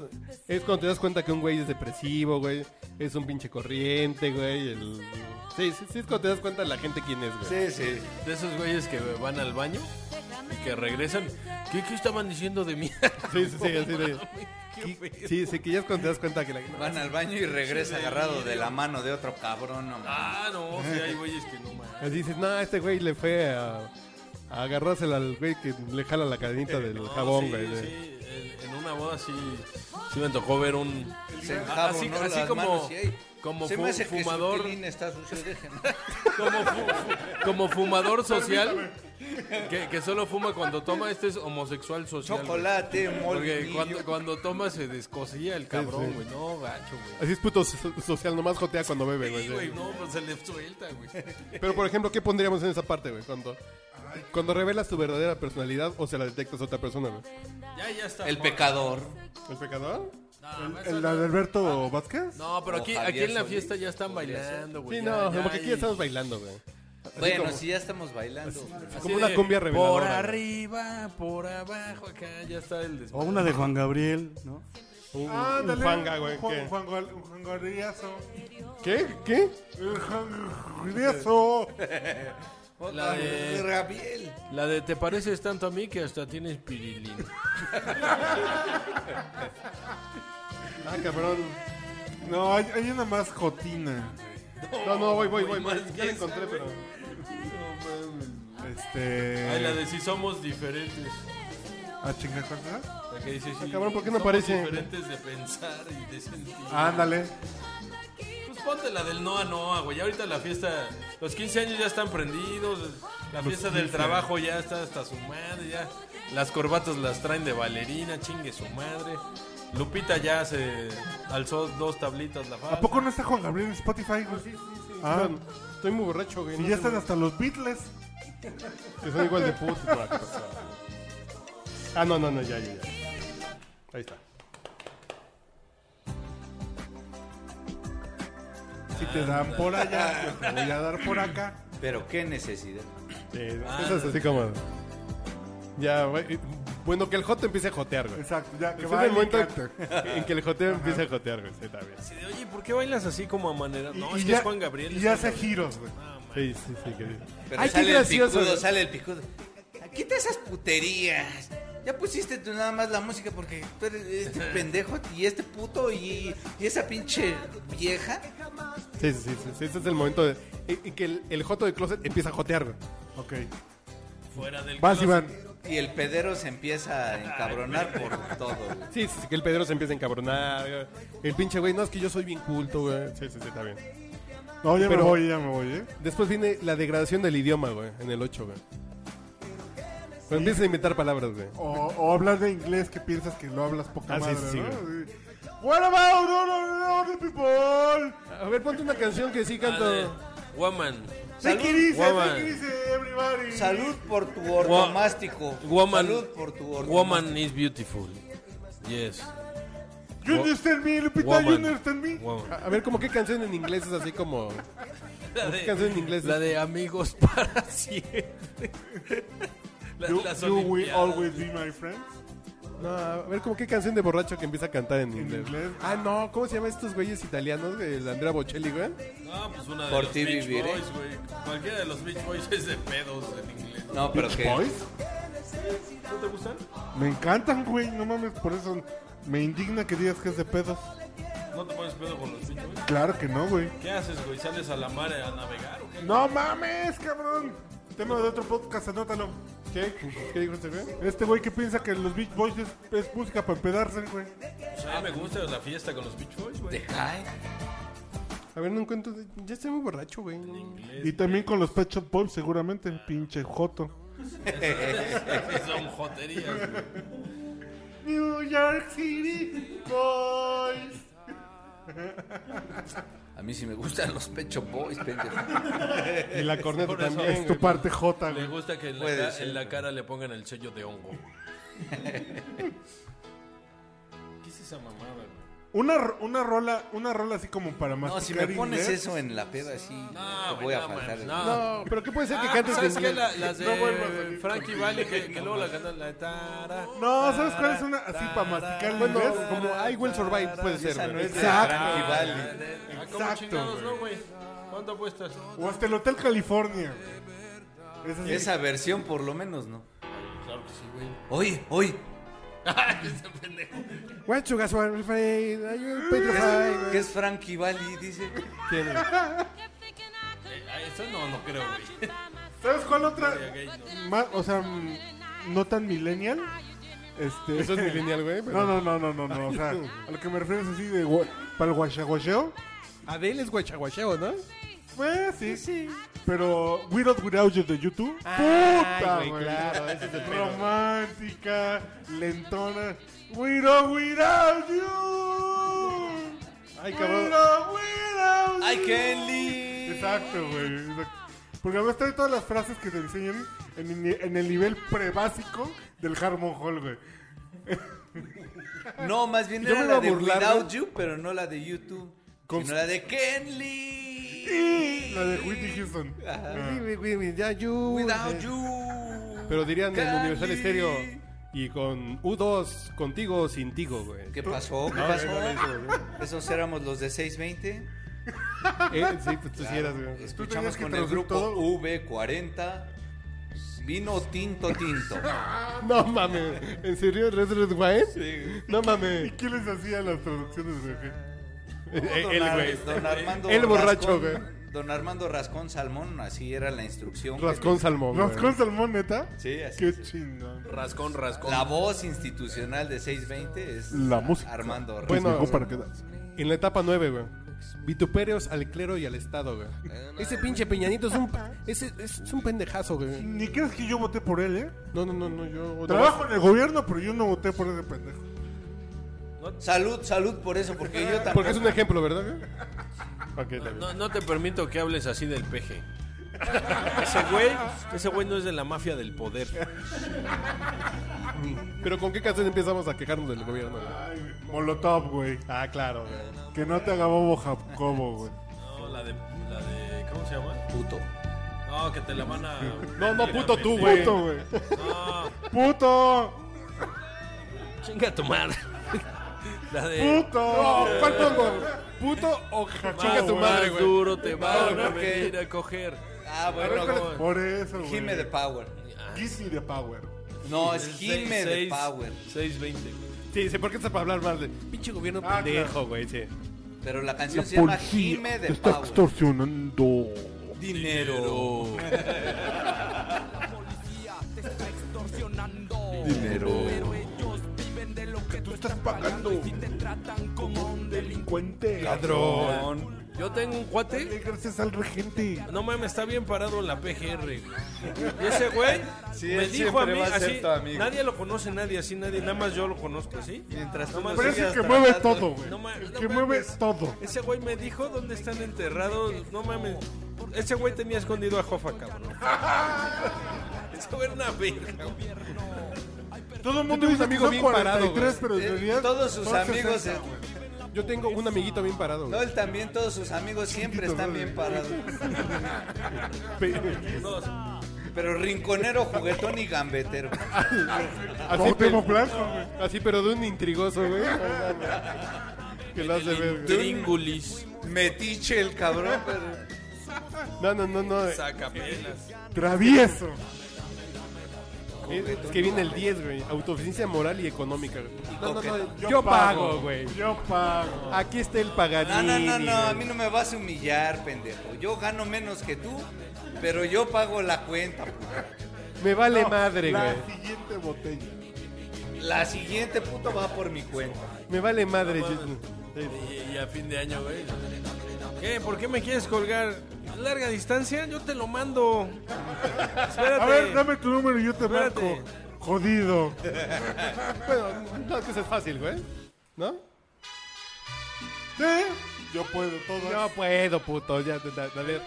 es cuando te das cuenta que un güey es depresivo, güey. Es un pinche corriente, güey. el- Sí, sí, sí, es cuando te das cuenta de la gente quién es, güey.
Sí, sí. De esos güeyes que van al baño y que regresan. ¿Qué, qué estaban diciendo de mí?
Sí, sí, sí, así de-
Qué pedo.
Sí, sí, que ya es cuando te das cuenta que la gente.
Van al baño y regresa agarrado de la mano de otro cabrón. no mames.
Ah, no, sí, hay güeyes que no mames.
Así dices, no, este güey le fue a, a agarrársela al güey que le jala la cadenita del
No,
jabón,
sí,
güey. de-
sí, en- en una boda sí, sí me tocó ver un.
Se
Ah,
enjabonó
así
las
así como,
manos y ahí.
como
Se me
fu-
hace que su
fumador,
pilín está sucio, déjenme.
como, fu- como fumador social, que, que solo fuma cuando toma, este es homosexual social. güey.
Chocolate,
Porque
mole.
cuando, cuando toma se descosía el
Sí,
cabrón,
sí.
güey. No, gacho, güey.
Así es puto so- social, nomás jotea cuando bebe, güey.
Sí,
de-
güey, no, pues se le suelta, güey.
Pero por ejemplo, ¿qué pondríamos en esa parte, güey? Cuando, cuando revelas tu verdadera personalidad o se la detectas a otra persona, güey.
Ya, ya está.
El
No,
pecador.
¿El pecador?
no, eso
¿El de
no.
Alberto Vázquez?
No, pero
O
aquí,
Javier
aquí en la
Solís,
fiesta ya están bailando, güey.
Sí,
ya,
no,
ya,
porque aquí
y-
Pues ya estamos bailando, güey.
Bueno,
como-
si ya estamos bailando.
así
como una
de,
cumbia
Por
reveladora, güey.
arriba, por abajo, acá ya está el
O
desmadre.
una de Juan Gabriel, ¿no?
Un,
Ah,
un
dale,
fanga, güey.
un Juan-
¿Qué?
un Juan Gol- un Juan Gorriazo.
¿Qué? ¿Qué?
Un Juan Gorriazo.
La de-
Gabriel.
La de te pareces tanto a mí que hasta tienes pirilín.
Ah, cabrón.
No, hay, hay una más jotina.
No, no, voy, voy, voy.
Más
Ya
que
la
esa,
encontré,
güey.
pero.
Este.
Ay, la de si somos diferentes.
¿A chingar cuál era?
La que dice sí.
Ah, cabrón, ¿por qué no
somos
aparece?
diferentes de pensar y de sentir.
Ándale.
Pues ponte la del Noa Noa, güey. Ahorita la fiesta, los 15 años ya están prendidos. La fiesta del trabajo ya está hasta su madre. ya Las corbatas las traen de bailarina, chingue su madre. Lupita ya se alzó dos tablitas la falda.
¿A poco no está Juan Gabriel en Spotify, güey? Ah,
Cabrón, Estoy muy borracho, güey.
y
no
ya
sé,
están
güey,
hasta los Beatles.
Que son igual de putos. Ah, ¿qué pasó? Ah, no, no, no, ya, ya, ya. Ahí está.
Si te dan por allá, pues te voy a dar por acá.
Pero qué necesidad.
Eh, eso es así como. Ya, güey. Bueno, que el joto empiece a jotear, güey.
Exacto, ya que
Ese es
va
el
y
momento
canta.
en que el joteo empieza a jotear, güey. Sí, está bien.
Sí, de, Oye, ¿por qué bailas así como a manera?
Y-
No,
y
es que
ya-
es Juan Gabriel.
Y
es
ya
Juan
hace
Gabriel.
giros, güey.
Sí, sí, sí. que-
Pero
Ay, qué
sale
gracioso,
el picudo,
güey.
sale el picudo. Quita esas puterías. Ya pusiste tú nada más la música porque tú eres este pendejo y este puto y, y esa pinche vieja.
Sí, sí, sí, sí, sí, Ese es el momento de, en en que el, el joto de closet empieza a jotear, güey.
Ok.
Fuera del
Vas,
closet.
Iván.
Y el pedero se empieza a encabronar por todo. güey.
Sí, sí, sí, que el pedero se empieza a encabronar. güey. El pinche güey, no, es que yo soy bien culto, güey. Sí, sí, sí, está bien.
No, ya
Pero-
me voy, ya me voy, ¿eh?
Después viene la degradación del idioma, güey, en el 8, güey. Cuando empiezas a inventar palabras, güey.
O, o hablar de inglés que piensas que lo hablas poca
Ah, sí,
madre,
sí,
¿no? Sí. What about all of the people?
A ver, ponte una canción que sí
La de
canto.
Woman.
Say Kirisa,
Woman.
say Kirisa, everybody.
Salud por tu ortomástico.
Woman.
Salud por tu ortomástico.
Woman is beautiful. Yes.
You understand me, Lupita, you
Woman.
understand me?
Woman.
A a ver, como qué canción en inglés es así como.
Ah,
La
¿Qué canción en inglés?
La de amigos para siempre. La-
You,
las
you will
Olimpiadas.
always be my friend.
No, a ver, como qué canción de borracho que empieza a cantar en inglés.
inglés?
Ah, no, ¿cómo se llaman estos güeyes italianos? güey? El Andrea Bocelli, güey.
No, pues una de
Por
los
ti
Beach
viviré.
Boys, güey. Cualquiera de los Beach Boys es de pedos en inglés.
No, pero que.
Boys.
¿No te gustan?
Me encantan, güey, no mames, por eso me indigna que digas que es de pedos.
¿No te pones pedo con los Beach Boys?
Claro que no, güey.
¿Qué haces, güey? ¿Sales a la mar a navegar o qué?
No mames, cabrón. Tema de otro podcast, anótalo.
¿Qué? ¿Qué dijo este güey?
Este güey que piensa que los Beach Boys es, es música para empedarse, güey.
Pues a mí me gusta la fiesta con los Beach Boys,
Te
güey.
cae.
A ver, no encuentro. Ya estoy muy borracho, güey. no.
Y también con los Pet Shop Boys, seguramente, pinche joto.
Son joterías, güey.
New York City Boys.
A mí sí me gustan los Pecho Boys, pendejo.
Y la corneta
Por eso
también.
Es tu
güey.
parte J,
Le
güey.
gusta que en la,
Puede
ca-
ser,
en la
pero-
cara le pongan el sello de hongo. ¿Qué es esa mamada, güey?
Una, ro- una rola, una rola así como para
No,
masticar
si me pones
inglés.
eso en la peda, sí,
No,
te voy
Ah, güey,
a
no,
faltar.
man,
el-
no.
No, pero ¿qué puede ser que
Ah,
cantes
¿Sabes
en
qué?
inglés?
La- las de
No vuelvas a salir
Frankie Valli, que, que luego la cantan la de tara, Ah,
No, ¿sabes
tara,
cuál es una así para masticar el
Bueno,
inglés?
como I Will Survive puede ser,
Esa no
güey.
es de
Exacto.
Frankie Valli.
Ah, ¿Cómo
Exacto,
chingados,
güey.
no, güey? ¿Cuánto apuestas?
O hasta el Hotel California. Es así.
Esa versión por lo menos, ¿no?
Claro que sí, güey.
Oye, oye,
What you guys were afraid, I will
¿qué
petrify,
es,
güey.
qué es Frankie Valli? Dice.
¿Quién?
Eh, eso no, no creo, güey.
¿Sabes cuál otra?
gay,
Ma- o sea, mm, no tan millennial. Este...
Eso es millennial, güey. pero-
No, no, no, no, no, no. O sea, a lo que me refiero es así de gua- para el guachaguacheo.
Adele es guachaguacheo, ¿no?
Pues sí, sí. Pero We Not Without You de YouTube. Puta,
güey,
güey.
claro, ese es el pedo.
Romántica, lentona. We Not Without You.
Ay,
We
cabrón.
Not Without You.
¡Ay, Kelly!
Exacto, güey. exacto. Porque además trae todas las frases que te enseñan en, el ni- en el nivel prebásico del Harmon Hall, güey.
No, más bien
Yo
era
me
la
iba a
de
burlar,
Without
¿no?
You, pero no la de YouTube.
Con-
Sino la de Ken Lee.
La de Whitney Houston. Ah.
Sí, güey, güey, güey, ya, you.
Without
Eh,
You.
Pero dirían en
Candy.
Universal Stereo y con U2, contigo o sin tigo, güey.
¿Qué pasó? ¿Qué pasó? Esos éramos los de 620.
Eh, sí, pues tú sí eras, güey.
tenías
Escuchamos
que
con el
traducir
grupo
todo.
V40. Vino tinto tinto.
No mames. ¿En serio? ¿Red Red Wine? No mames.
¿Y quién les hacía las traducciones, güey?
Ah,
Eh,
Don
Él,
Ar-
güey.
Don Armando
El borracho,
Rascón-
güey.
Don Armando Rascón Salmón, así era la instrucción. que
Rascón Salmón. güey.
¿Rascón salmón, neta?
Sí, así
Qué
es.
chingón.
Rascón, rascón.
La voz institucional de 620 es
La música.
Armando Rascón.
Bueno,
Llegó para quedarse.
En la etapa 9, güey. Vituperios al clero y al Estado, güey. Ese pinche Peñanito es un, ese- es, es un pendejazo, güey.
Ni crees que yo voté por él, ¿eh?
No, no, no, no, yo...
Trabajo en el gobierno, pero yo no voté por ese pendejo.
Salud, salud por eso, porque yo tampoco.
Porque es un ejemplo, ¿verdad, güey? Ok, está bien.
No, no te permito que hables así del peje. Ese güey, ese güey no es de la mafia del poder.
Pero ¿con qué canción empezamos a quejarnos del gobierno, güey?
Molotov, güey.
Ah, claro, güey.
Que no te haga bobo Jacobo, güey.
No, la de, la de, ¿cómo se llama?
puto.
No, que te la van a.
No, no, puto tú, güey.
Puto, güey.
No,
Puto.
chinga tu madre. La de.
Puto.
No, ¿cuál pongo? ¿Puto o chinga tu madre,
Más
güey?
duro te va
No,
a
ok.
venir a coger.
Ah, bueno,
¿cuál
Por eso, güey.
Jime de Power.
Kiss me the power.
No, es Jime de
Seis-
Power.
620.
Sí, sí, porque está para hablar mal de... Pinche gobierno
Ah,
pendejo, güey, sí.
Pero la canción se llama Jime de Power.
extorsionando.
Dinero.
policía te está extorsionando.
Dinero.
Pero ellos viven de lo que tú estás pagando. Y te tratan como un delincuente.
Cuente.
Ladrón.
Yo tengo un cuate.
Gracias al regente.
No mames, está bien parado en la PGR. güey. Y ese güey
Sí,
me
él
dijo a
siempre
mí
va a ser
así.
tu amigo.
Nadie lo conoce, nadie así, nadie. Nada más yo lo conozco así.
Mientras tú
No
no
más-
Pero es
sigas
el que mueve
tratando-
todo, güey.
No ma-
el
no
que mueve
mames.
todo.
Ese güey me dijo dónde están enterrados. No mames. Ese güey tenía escondido a Jofa, cabrón. Ese güey era una verga. güey.
Todo el mundo
mundo dice
dice
que son
amigos
43,
43, pero en
Eh,
realidad.
todos sus
son
amigos
60,
se-
güey.
Yo tengo un amiguito bien parado,
No,
güey.
él también, todos sus amigos siempre están bien parados.
Dos.
Pero rinconero, juguetón y gambetero.
Así,
Como Temo
pe-
Blanco, güey.
así, pero de un intrigoso, güey. que lo hace ver, güey.
Tríngulis.
Metiche el cabrón, pero...
No, no, no, no. Es,
Sacapelas.
Travieso.
Eh, es que viene el 10, güey. Autosuficiencia moral y económica, güey. No, no, no. Yo, pago, güey.
Yo pago.
Aquí está el pagadín.
No, no, no, no, a
güey.
mí no me vas a humillar, pendejo. Yo gano menos que tú, pero yo pago la cuenta. puto.
Me vale madre,
La
güey.
siguiente botella.
La siguiente puto va por mi cuenta.
Me vale madre. yo-
Y, y a fin de año, güey. ¿Qué? ¿Por qué me quieres colgar? ¿Larga distancia? Yo te lo mando. Espérate.
A ver, dame tu número y yo te
Espérate.
marco. Jodido.
Bueno, no, es que eso es fácil, güey. ¿No?
¿Eh? Yo puedo todo.
No puedo, puto. Ya, da- da- dale.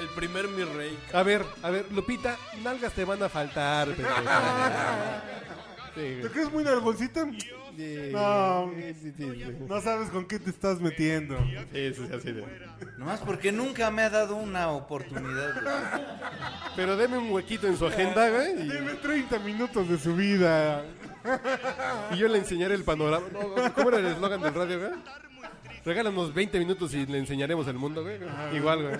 El primer mi rey.
A ver, a ver, Lupita, nalgas te van a faltar, pendeja. Sí,
¿Te crees muy nalgoncita?
güey.
No.
Sí, sí, sí, sí.
No sabes con qué te estás metiendo.
Sí, sí, sí, así de-
Nomás porque nunca me ha dado una oportunidad. güey.
Pero deme un huequito en su agenda, güey. y-
Deme 30 minutos de su vida.
Y yo le enseñaré el panorama. No, ¿Cómo era el eslogan del radio, güey? Regálanos 20 minutos y le enseñaremos el mundo, güey.
Ah.
Igual, güey.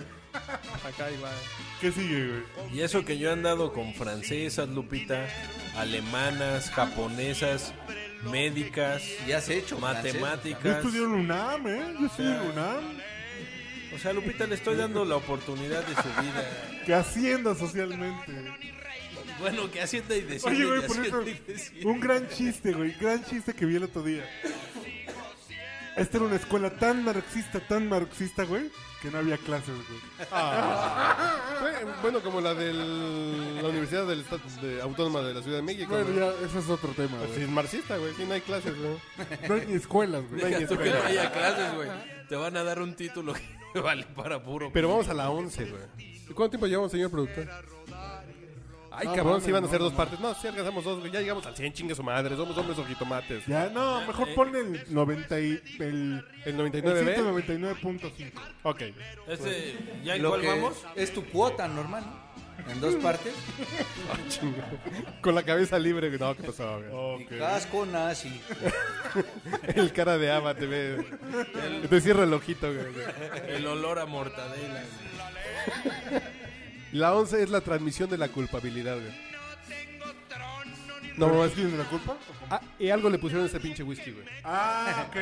Acá igual.
¿Qué sigue, güey?
Y eso que yo he andado con francesas, Lupita, alemanas, japonesas, médicas,
Y has hecho francés.
Yo
matemáticas.
estudié en UNAM, ¿eh? Yo estudié en UNAM.
O sea, Lupita le estoy dando la oportunidad de su vida.
Que hacienda socialmente.
Bueno, que hacienda y decida.
Oye,
y
güey, por
hacienda
eso.
y decida.
Un gran chiste, güey. Gran chiste que vi el otro día. Esta era una escuela tan marxista, tan marxista, güey, que no había clases, güey.
Fue- Bueno, como la de la Universidad del Estado de Autónoma de la Ciudad de México.
Bueno,
güey.
ya, ese es otro tema,
Pues sí,
güey.
es marxista, güey. Sí, no hay clases, güey.
No hay ni escuelas, güey.
Deja tú que no haya clases, güey. Te van a dar un título que vale para puro.
Pero vamos a la 11, güey. ¿Y ¿Cuánto tiempo llevamos, señor productor? Ay,
No,
cabrón,
mames,
si van a
no,
ser dos
no.
partes. No, si alcanzamos dos, güey. Ya llegamos al 100, chingue su madre. Somos hombres ojitomates.
Ya, no, mejor pon el 90 y... El, Eh,
El
el
99B.
199.5.
Ok.
Este, ¿Ya en
Lo
cuál
que
vamos?
Es tu cuota normal, ¿no? En dos partes.
Con la cabeza libre, güey. No, ¿qué pasó, güey?
Y casco nazi.
El cara de ama te ve. Te cierra el ojito, güey.
El olor a mortadela. güey.
La 11 es la transmisión de la culpabilidad, güey. No,
¿No
mames.
es tiene la culpa?
Ah, y algo le pusieron a ese pinche whisky, güey.
Ah, ok.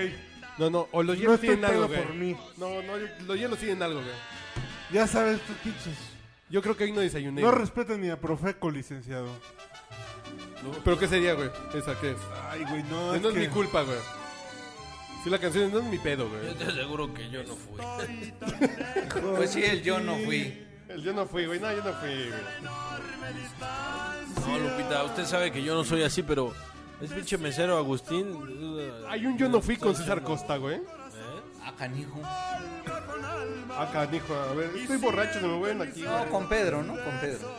No, no, o los
No
hielos
estoy
tienen algo,
pedo
güey.
por mí.
No, no, los hielos tienen algo, güey.
Ya sabes, tus pinches.
Yo creo que hoy no desayuné.
No
güey.
respetan ni a Profeco, licenciado.
Pero ¿qué sería, güey? Esa que es.
Ay, güey, no.
no es
que-
mi culpa, güey. Si la canción es, no es mi pedo, güey.
Yo te aseguro que yo no fui.
Pues sí, el yo no fui.
El yo no fui, güey. No, yo no fui, güey.
No, Lupita, usted sabe que yo no soy así, pero es pinche mesero Agustín. uh,
Hay un yo no fui con César Costa, güey.
Ah, canijo.
Acá, Ah, hijo, a ver, estoy borracho, se me vuelven aquí.
No, con Pedro, ¿no? Con Pedro.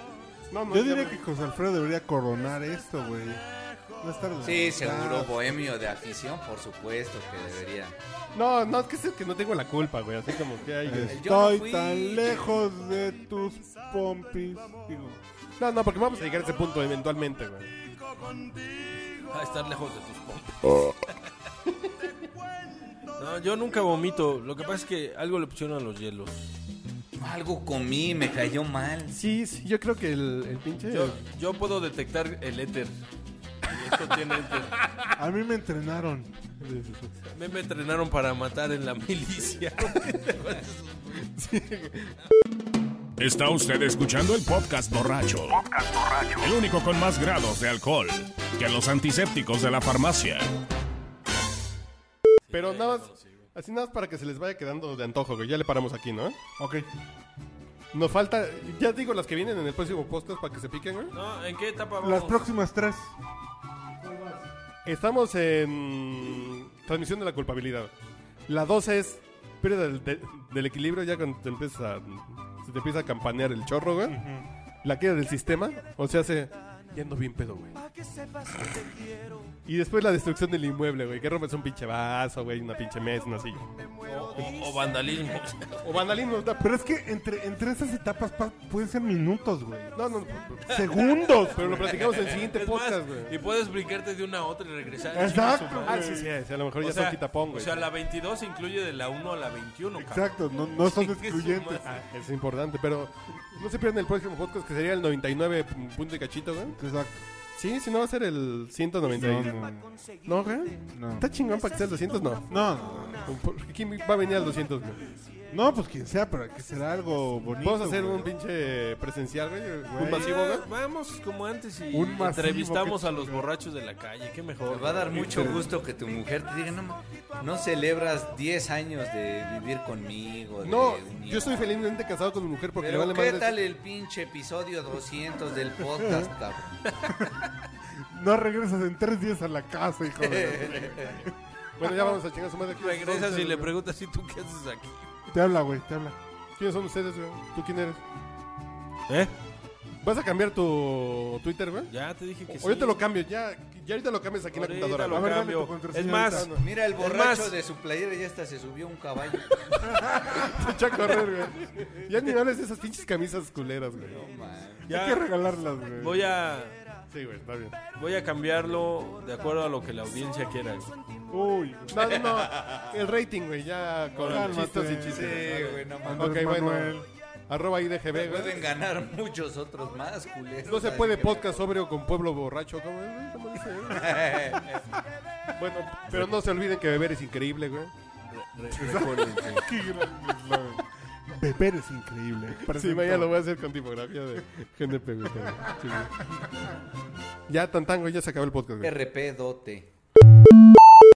No, no,
Yo
ya
diría
me-
que José Alfredo debería coronar esto, güey. No estar de-
Sí, seguro,
Ah,
bohemio de afición, por supuesto que debería.
No, no, es que es que no tengo la culpa, güey. Así como que hay. güey.
El yo no
Estoy
fui.
tan lejos de tus pompis. Digo,
No, no, porque vamos a llegar a ese punto eventualmente, güey.
A estar lejos de tus pompas. No, yo nunca vomito. Lo que pasa es que algo le pusieron a los hielos.
Algo comí, me cayó mal.
Sí, sí, yo creo que el, el pinche.
Yo, yo puedo detectar el éter. Y Esto tiene éter.
a mí me entrenaron.
Me, me entrenaron para matar en la milicia.
Está usted escuchando el podcast borracho. El único con más grados de alcohol que los antisépticos de la farmacia.
Pero nada más. Así nada más para que se les vaya quedando de antojo, güey. Ya le paramos aquí, ¿no?
Ok.
Nos falta. Ya digo las que vienen en el próximo podcast para que se piquen, güey.
No, ¿en qué etapa vamos?
Las próximas tres.
Estamos en. Transmisión de la culpabilidad. La 12 es. Pérdida del, de- del equilibrio, ya cuando te empieza a- Se te empieza a campanear el chorro, güey. La queda del sistema. O sea, se. Ya ando bien pedo, güey. Y después la destrucción del inmueble, güey. Que rompes un pinche vaso, güey. Una pinche mesa, una silla.
O vandalismo.
O vandalismo. da-
Pero es que entre, entre esas etapas pa- pueden ser minutos, güey.
No, no, no.
Segundos.
Pero lo platicamos en el siguiente
Es más,
Este podcast, güey.
y puedes brincarte de una a otra y regresar.
Exacto.
Chinga su madre.
Ah, sí, sí, sí, a lo mejor ya son quitapón,
o
güey.
sea, la 22 incluye de la 1 a la 21, cabrón.
Exacto, no, no son
Chingue su
excluyentes.
madre.
Ah, Es importante, pero no se pierdan el próximo podcast que sería el 99 punto y cachito, güey.
Exacto.
Sí, si no va a ser el 191.
No,
No, güey.
No.
Está chingón para que sea el 200, no.
No, no, no.
¿Por- ¿Quién va a venir al 200, güey?
No, pues quien sea, pero hay que será algo bonito.
Vamos a hacer
güey.
un pinche presencial, güey. Un
Güey.
masivo,
Ah,
güey.
Vamos como antes y
Un masivo,
entrevistamos
qué
a los borrachos de la calle. Qué mejor.
Te va a dar mucho gusto que tu mujer te diga, no, ma- no celebras 10 años de vivir conmigo. de
No,
unión".
yo estoy felizmente casado con mi mujer porque le
Pero
vale
¿qué
madre-
tal el pinche episodio 200 del podcast, cabrón?
No regresas en tres días a la casa, hijo de...
Bueno, ya vamos a chingar a su madre. ¿Quiénes son
Regresas y
ustedes,
le
güey?
preguntas, ¿y tú qué haces aquí?
Te habla, güey, te habla.
¿Quiénes son ustedes, güey? ¿Tú quién eres?
¿Eh?
¿Vas a cambiar tu Twitter, güey?
Ya te dije que
O yo te lo cambio, ya, ya ahorita lo cambias aquí en la
Ahorita
computadora. güey.
lo
A ver, dale
cambio.
tu contraseña
Es más,
ahorita.
Mira, el
Es
borracho
más-
de su playera ya hasta se subió un caballo.
Echa a correr, güey. Ya ni hables de esas pinches camisas culeras, güey.
Hay que
ya
regalarlas, güey.
voy a,
Sí, güey, está bien.
voy a cambiarlo de acuerdo a lo que la audiencia quiera. güey.
Uy, güey.
No, no, no. El rating, güey, ya con
Cálmate.
chistes y chistes.
Sí, güey, no mames.
Andrés
Ok, bueno.
Manuel.
Arroba IDGB, güey.
Pueden ganar muchos otros más, culeros.
No se
Así
puede
que-
podcast sobrio con pueblo borracho, ¿cómo, güey? ¿Cómo dice, güey? Bueno, pero no se olviden que beber es increíble, güey.
Qué grande eslogan. Beber es increíble. eh.
Sí,
Presentó.
mañana lo voy a hacer con tipografía de GNP, güey. Sí, güey. Ya, Tantango, ya se acabó el podcast, güey.
RP Dote.